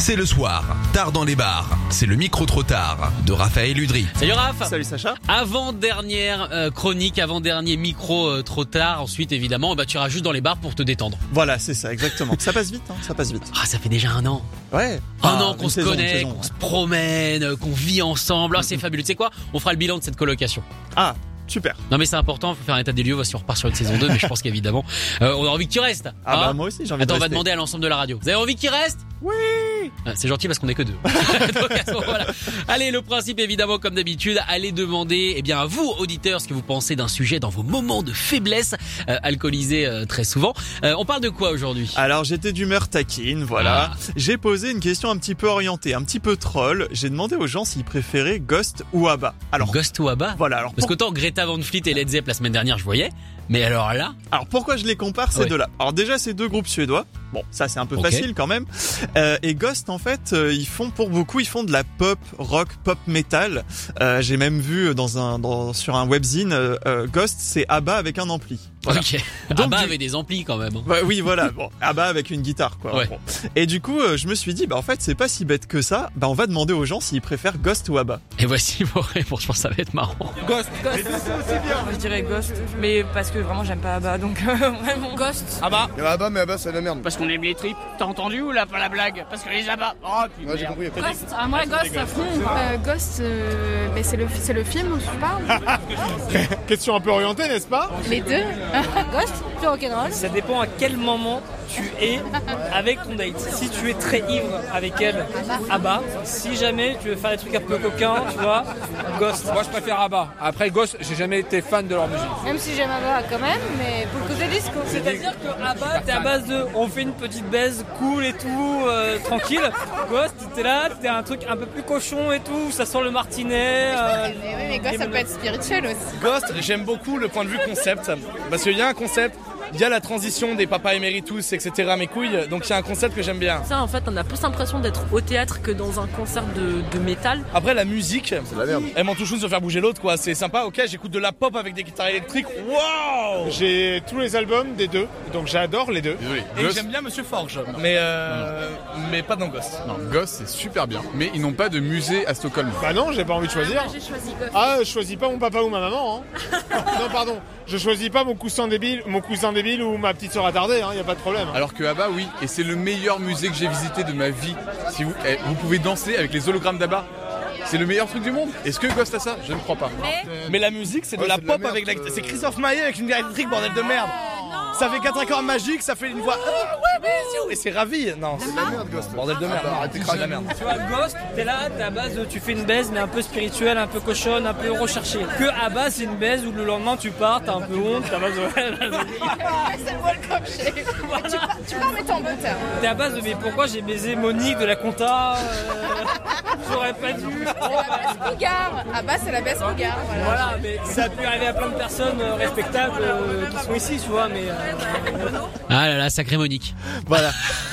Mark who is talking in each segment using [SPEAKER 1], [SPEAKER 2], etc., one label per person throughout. [SPEAKER 1] C'est le soir, tard dans les bars. C'est le micro trop tard de Raphaël Udry.
[SPEAKER 2] Salut Raph
[SPEAKER 3] Salut Sacha.
[SPEAKER 2] Avant-dernière euh, chronique, avant-dernier micro euh, trop tard. Ensuite, évidemment, bah, tu iras juste dans les bars pour te détendre.
[SPEAKER 3] Voilà, c'est ça, exactement. ça passe vite, hein, ça passe vite.
[SPEAKER 2] Ah, ça fait déjà un an.
[SPEAKER 3] Ouais.
[SPEAKER 2] un
[SPEAKER 3] Ah,
[SPEAKER 2] an qu'on
[SPEAKER 3] une
[SPEAKER 2] se
[SPEAKER 3] saison, une
[SPEAKER 2] connaît,
[SPEAKER 3] saison,
[SPEAKER 2] qu'on
[SPEAKER 3] ouais.
[SPEAKER 2] se promène, euh, qu'on vit ensemble. Ah, c'est fabuleux. Tu sais quoi On fera le bilan de cette colocation.
[SPEAKER 3] Ah, super.
[SPEAKER 2] Non, mais c'est important, faut faire un état des lieux, voir si on repart sur une saison 2, mais je pense qu'évidemment, euh, on a envie que tu restes.
[SPEAKER 3] Ah,
[SPEAKER 2] hein
[SPEAKER 3] bah moi aussi j'ai envie
[SPEAKER 2] Attends, on
[SPEAKER 3] de
[SPEAKER 2] va
[SPEAKER 3] rester.
[SPEAKER 2] demander à l'ensemble de la radio. Vous avez envie qu'il reste Oui Ah, C'est gentil parce qu'on est que deux. Donc, à ce moment-là. Allez, le principe évidemment comme d'habitude, allez demander eh bien, à vous auditeurs ce que vous pensez d'un sujet dans vos moments de faiblesse, euh, alcoolisé euh, très souvent. Euh, on parle de quoi aujourd'hui
[SPEAKER 3] Alors j'étais d'humeur taquine, voilà.
[SPEAKER 2] Ah.
[SPEAKER 3] J'ai posé une question un petit peu orientée, un petit peu troll. J'ai demandé aux gens s'ils préféraient Ghost ou Abba. Alors
[SPEAKER 2] Ghost ou Abba
[SPEAKER 3] voilà, alors,
[SPEAKER 2] Parce
[SPEAKER 3] pour-
[SPEAKER 2] qu'autant Greta Van Fleet et Led Zepp la semaine dernière, je voyais. Mais alors là,
[SPEAKER 3] alors pourquoi je les compare ces
[SPEAKER 2] Ouais.
[SPEAKER 3] deux-là Alors déjà ces deux groupes suédois, bon ça c'est un peu
[SPEAKER 2] Ok.
[SPEAKER 3] facile quand même. Euh, et Ghost en fait euh, ils font pour beaucoup ils font de la pop rock, pop metal. Euh, J'ai même vu dans un dans, sur un webzine euh, euh, Ghost c'est Abba avec un ampli. Voilà.
[SPEAKER 2] ok.
[SPEAKER 3] Donc,
[SPEAKER 2] Abba
[SPEAKER 3] du-
[SPEAKER 2] avait des amplis quand même. hein.
[SPEAKER 3] Bah oui, voilà. Bon, ah bah avec une guitare, quoi. en
[SPEAKER 2] Ouais.
[SPEAKER 3] gros. Et du coup, euh, je me suis dit, bah en fait, c'est pas si bête que ça. Bah on va demander aux gens s'ils préfèrent Ghost ou Abba.
[SPEAKER 2] Et voici vos réponses, je pense que ça va être marrant.
[SPEAKER 4] Je dirais Ghost, mais parce que vraiment j'aime pas Abba, donc euh, vraiment. Ghost
[SPEAKER 5] Et là-bas, mais là-bas, c'est de la merde.
[SPEAKER 6] Parce qu'on aime les tripes. T'as entendu ou là, pas la blague Parce que les abats.
[SPEAKER 7] Ah,
[SPEAKER 6] Oh putain.
[SPEAKER 5] Ouais, j'ai compris.
[SPEAKER 8] Ghost, ah, moi Ghost à fond. Euh, Ghost, euh, mais c'est le, c'est le film où je parle
[SPEAKER 9] Question un peu orientée, n'est-ce pas
[SPEAKER 8] Les deux Ghost, plus rock'n'roll.
[SPEAKER 4] Ça dépend à quel moment tu es avec ton date. Si tu es très ivre avec elle, Abba. Si jamais tu veux faire des trucs un peu coquins, tu vois, Ghost.
[SPEAKER 9] Moi je préfère Abba. Après Ghost, j'ai jamais été fan de leur musique.
[SPEAKER 8] Même si j'aime avoir quand même, mais pour le côté disco.
[SPEAKER 4] C'est-à-dire que Abba, t'es à base de on fait une petite baise cool et tout, euh, tranquille. Ghost, t'es là, t'es un truc un peu plus cochon et tout, ça sent le martinet. euh,
[SPEAKER 8] Mais oui, mais Ghost, ça peut être spirituel aussi.
[SPEAKER 9] Ghost, j'aime beaucoup le point de vue concept. Parce qu'il y a un concept, il y a la transition des papas éméritus, etc. mes couilles. Donc il y a un concept que j'aime bien.
[SPEAKER 4] Ça, en fait, on a plus l'impression d'être au théâtre que dans un concert de, de métal.
[SPEAKER 9] Après la musique,
[SPEAKER 5] de la merde.
[SPEAKER 9] elle m'en touche une sans faire bouger l'autre quoi. C'est sympa, ok, j'écoute de la pop avec des guitares électriques. Waouh
[SPEAKER 7] J'ai tous les albums des deux, donc j'adore les deux.
[SPEAKER 9] Et j'aime bien Monsieur Forge. Mais euh, mais pas dans Ghost.
[SPEAKER 7] Non, Ghost c'est super bien, mais ils n'ont pas de musée à Stockholm. Bah non, j'ai pas envie de choisir.
[SPEAKER 8] Ah, J'ai choisi Ghost.
[SPEAKER 7] Ah, je choisis pas mon papa ou ma maman. Hein. non, pardon, je choisis pas mon cousin débile, mon cousin débile ou ma petite soeur attardée. Hein, y a pas de problème. Alors que Abba, oui, et c'est le meilleur musée que j'ai visité de ma vie. Si vous, eh, vous pouvez danser avec les hologrammes d'Abba. C'est le meilleur truc du monde. Est-ce que Ghost a ça Je ne crois pas.
[SPEAKER 9] Mais la musique, c'est de
[SPEAKER 5] Ouais,
[SPEAKER 9] la
[SPEAKER 5] c'est de
[SPEAKER 9] pop
[SPEAKER 5] la merde,
[SPEAKER 9] avec la.
[SPEAKER 5] euh.
[SPEAKER 9] C'est Christophe Maé avec une guitare électrique, bordel de merde. ça fait quatre accords magiques, ça fait une voix. Ah, ouais, bisous Et c'est ravi. Non, c'est de la merde, Ah, Ghost. Bordel de merde. Arrêtez de cracher la merde.
[SPEAKER 4] Tu vois, Ghost, t'es là, t'es à base, de- tu fais une baise, mais un peu spirituelle, un peu cochonne, un peu recherchée. Que à base, c'est une baise où le lendemain tu pars, t'as un peu honte, t'es à base de.
[SPEAKER 8] C'est le welcome shape. Tu pars- Tu pars, mais t'es en hein. beauté.
[SPEAKER 4] t'es à base de, mais pourquoi j'ai baisé Monique de la compta euh, J'aurais pas dû.
[SPEAKER 8] La baisse Bougar. Ah bah, c'est la baisse Bougar. Voilà.
[SPEAKER 4] Voilà, mais ça a pu arriver à plein de personnes euh, respectables euh, qui sont ici, tu vois, mais. euh,
[SPEAKER 2] Ah là là, sacré Monique.
[SPEAKER 3] Voilà.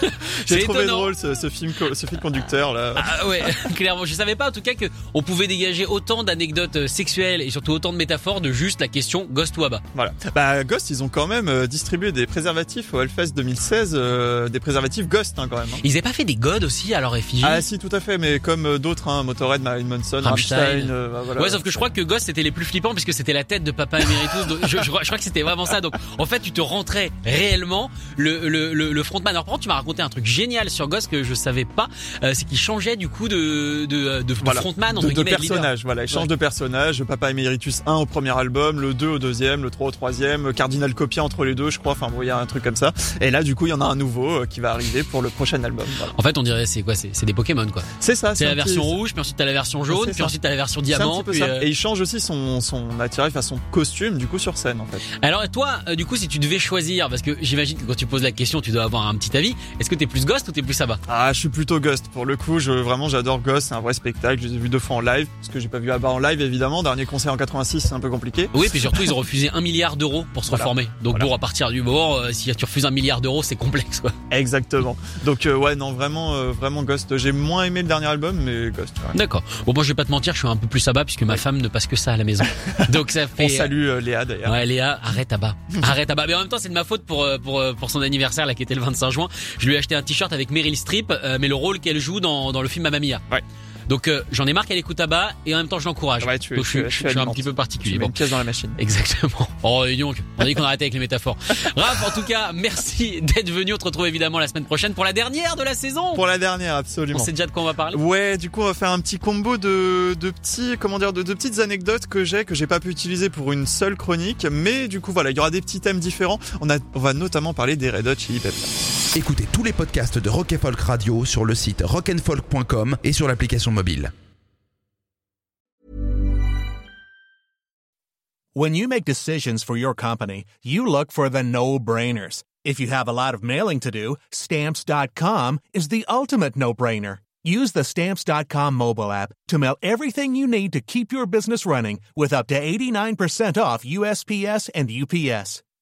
[SPEAKER 2] C'est
[SPEAKER 3] J'ai trouvé
[SPEAKER 2] étonnant.
[SPEAKER 3] drôle ce, ce film, co- ce film conducteur là.
[SPEAKER 2] Ah ouais, clairement. Je savais pas en tout cas que on pouvait dégager autant d'anecdotes euh, sexuelles et surtout autant de métaphores de juste la question Ghost ou Abba.
[SPEAKER 3] Voilà. Bah Ghost, ils ont quand même euh, distribué des préservatifs au Hellfest 2016, euh, des préservatifs Ghost hein, quand même. hein.
[SPEAKER 2] Ils avaient pas fait des godes aussi à leur effigie
[SPEAKER 3] Ah si, tout à fait, mais comme euh, d'autres, hein, Motorhead, Marilyn Manson,
[SPEAKER 2] Rammstein.
[SPEAKER 3] Rammstein, euh, bah, voilà.
[SPEAKER 2] Ouais, sauf que je crois que Ghost c'était les plus flippants puisque c'était la tête de Papa Emeritus. Donc, je, je crois je crois que c'était vraiment ça. Donc en fait, tu te rentrais réellement le, le, le, le frontman. Alors par contre, tu m'as raconté un truc génial sur Ghost que je savais pas. euh, c'est qu'il changeait du coup de, de, de, de
[SPEAKER 3] Voilà.
[SPEAKER 2] frontman entre
[SPEAKER 3] de, de
[SPEAKER 2] guillemets, de leader.
[SPEAKER 3] personnages, voilà, ils changent
[SPEAKER 2] Ouais.
[SPEAKER 3] de personnages. Papa Emeritus 1 au premier album, le 2 au deuxième, le 3 au troisième, euh, Cardinal Copia entre les deux, je crois. Enfin, bon, il y a un truc comme ça. Et là, du coup, il y en a un nouveau euh, qui va arriver pour le prochain album. voilà.
[SPEAKER 2] En fait, on dirait c'est quoi C'est c'est des Pokémon quoi.
[SPEAKER 3] Ah, C'est ça.
[SPEAKER 2] C'est la
[SPEAKER 3] un petit-
[SPEAKER 2] version rouge, puis ensuite t'as la version jaune,
[SPEAKER 3] C'est
[SPEAKER 2] puis
[SPEAKER 3] ça.
[SPEAKER 2] ensuite t'as la version
[SPEAKER 3] c'est un
[SPEAKER 2] diamant.
[SPEAKER 3] petit peu
[SPEAKER 2] puis,
[SPEAKER 3] ça.
[SPEAKER 2] euh,
[SPEAKER 3] Et il change aussi son son attirail, enfin son costume, du coup sur scène en fait.
[SPEAKER 2] Alors toi, euh, du coup, si tu devais choisir Parce que j'imagine que quand tu poses la question, tu dois avoir un petit avis. Est-ce que t'es plus Ghost ou t'es plus Saba
[SPEAKER 3] Ah, je suis plutôt Ghost pour le coup. Je, vraiment, j'adore Ghost. C'est un vrai spectacle. Je les ai vus deux fois en live. Parce que j'ai pas vu Abba en live, évidemment. Dernier concert en 86, c'est un peu compliqué.
[SPEAKER 2] Oui, puis surtout, ils ont refusé un milliard d'euros pour se
[SPEAKER 3] Voilà.
[SPEAKER 2] reformer. Donc bon, à partir du moment, euh, si tu refuses un milliard d'euros, c'est complexe. Quoi.
[SPEAKER 3] Exactement. Donc, euh, ouais, non, vraiment, euh, vraiment Ghost. J'ai moins aimé le dernier album, mais Ghost. quand même.
[SPEAKER 2] D'accord. Bon, moi, je vais pas te mentir, je suis un peu plus Saba puisque ma femme ne passe que ça à la maison. Donc ça fait.
[SPEAKER 3] On salue euh, Léa d'ailleurs.
[SPEAKER 2] Ouais, Léa, arrête à bas. Arrête à bas. Mais en même temps, c'est de ma faute pour, euh, pour, euh, pour son anniversaire, là, qui était le 25 juin. Je lui ai acheté un t-shirt avec Meryl Streep, euh, mais le rôle qu'elle joue dans, dans le film Mamma Mia.
[SPEAKER 3] Ouais.
[SPEAKER 2] Donc, euh, j'en ai marre qu'elle écoute à bas et en même temps, je l'encourage.
[SPEAKER 3] Ouais, tu-
[SPEAKER 2] Donc, je,
[SPEAKER 3] tu-
[SPEAKER 2] suis-
[SPEAKER 3] tu
[SPEAKER 2] je suis un
[SPEAKER 3] alimentes.
[SPEAKER 2] petit peu particulier.
[SPEAKER 3] Tu mets
[SPEAKER 2] Bon.
[SPEAKER 3] une pièce dans la machine.
[SPEAKER 2] Exactement. Oh, dis donc, on a dit qu'on arrêtait avec les métaphores. Raph, en tout cas, merci d'être venu. On te retrouve évidemment la semaine prochaine pour la dernière de la saison.
[SPEAKER 3] Pour la dernière,
[SPEAKER 2] On
[SPEAKER 3] absolument.
[SPEAKER 2] sait déjà de quoi on va parler.
[SPEAKER 3] Ouais, du coup, on va faire un petit combo de, de petits, comment dire, de, de petites anecdotes que j'ai, que j'ai pas pu utiliser pour une seule chronique. Mais du coup, voilà, il y aura des petits thèmes différents. On, a, on va notamment parler des Red Hot Chili Peppers.
[SPEAKER 1] Écoutez tous les podcasts de Rock and Folk Radio sur le site rockandfolk.com et sur l'application mobile.
[SPEAKER 5] When you make decisions for your company, you look for the no brainers. If you have a lot of mailing to do, stamps.com is the ultimate no brainer. Use the stamps.com mobile app to mail everything you need to keep your business running with up to 89% off USPS and UPS.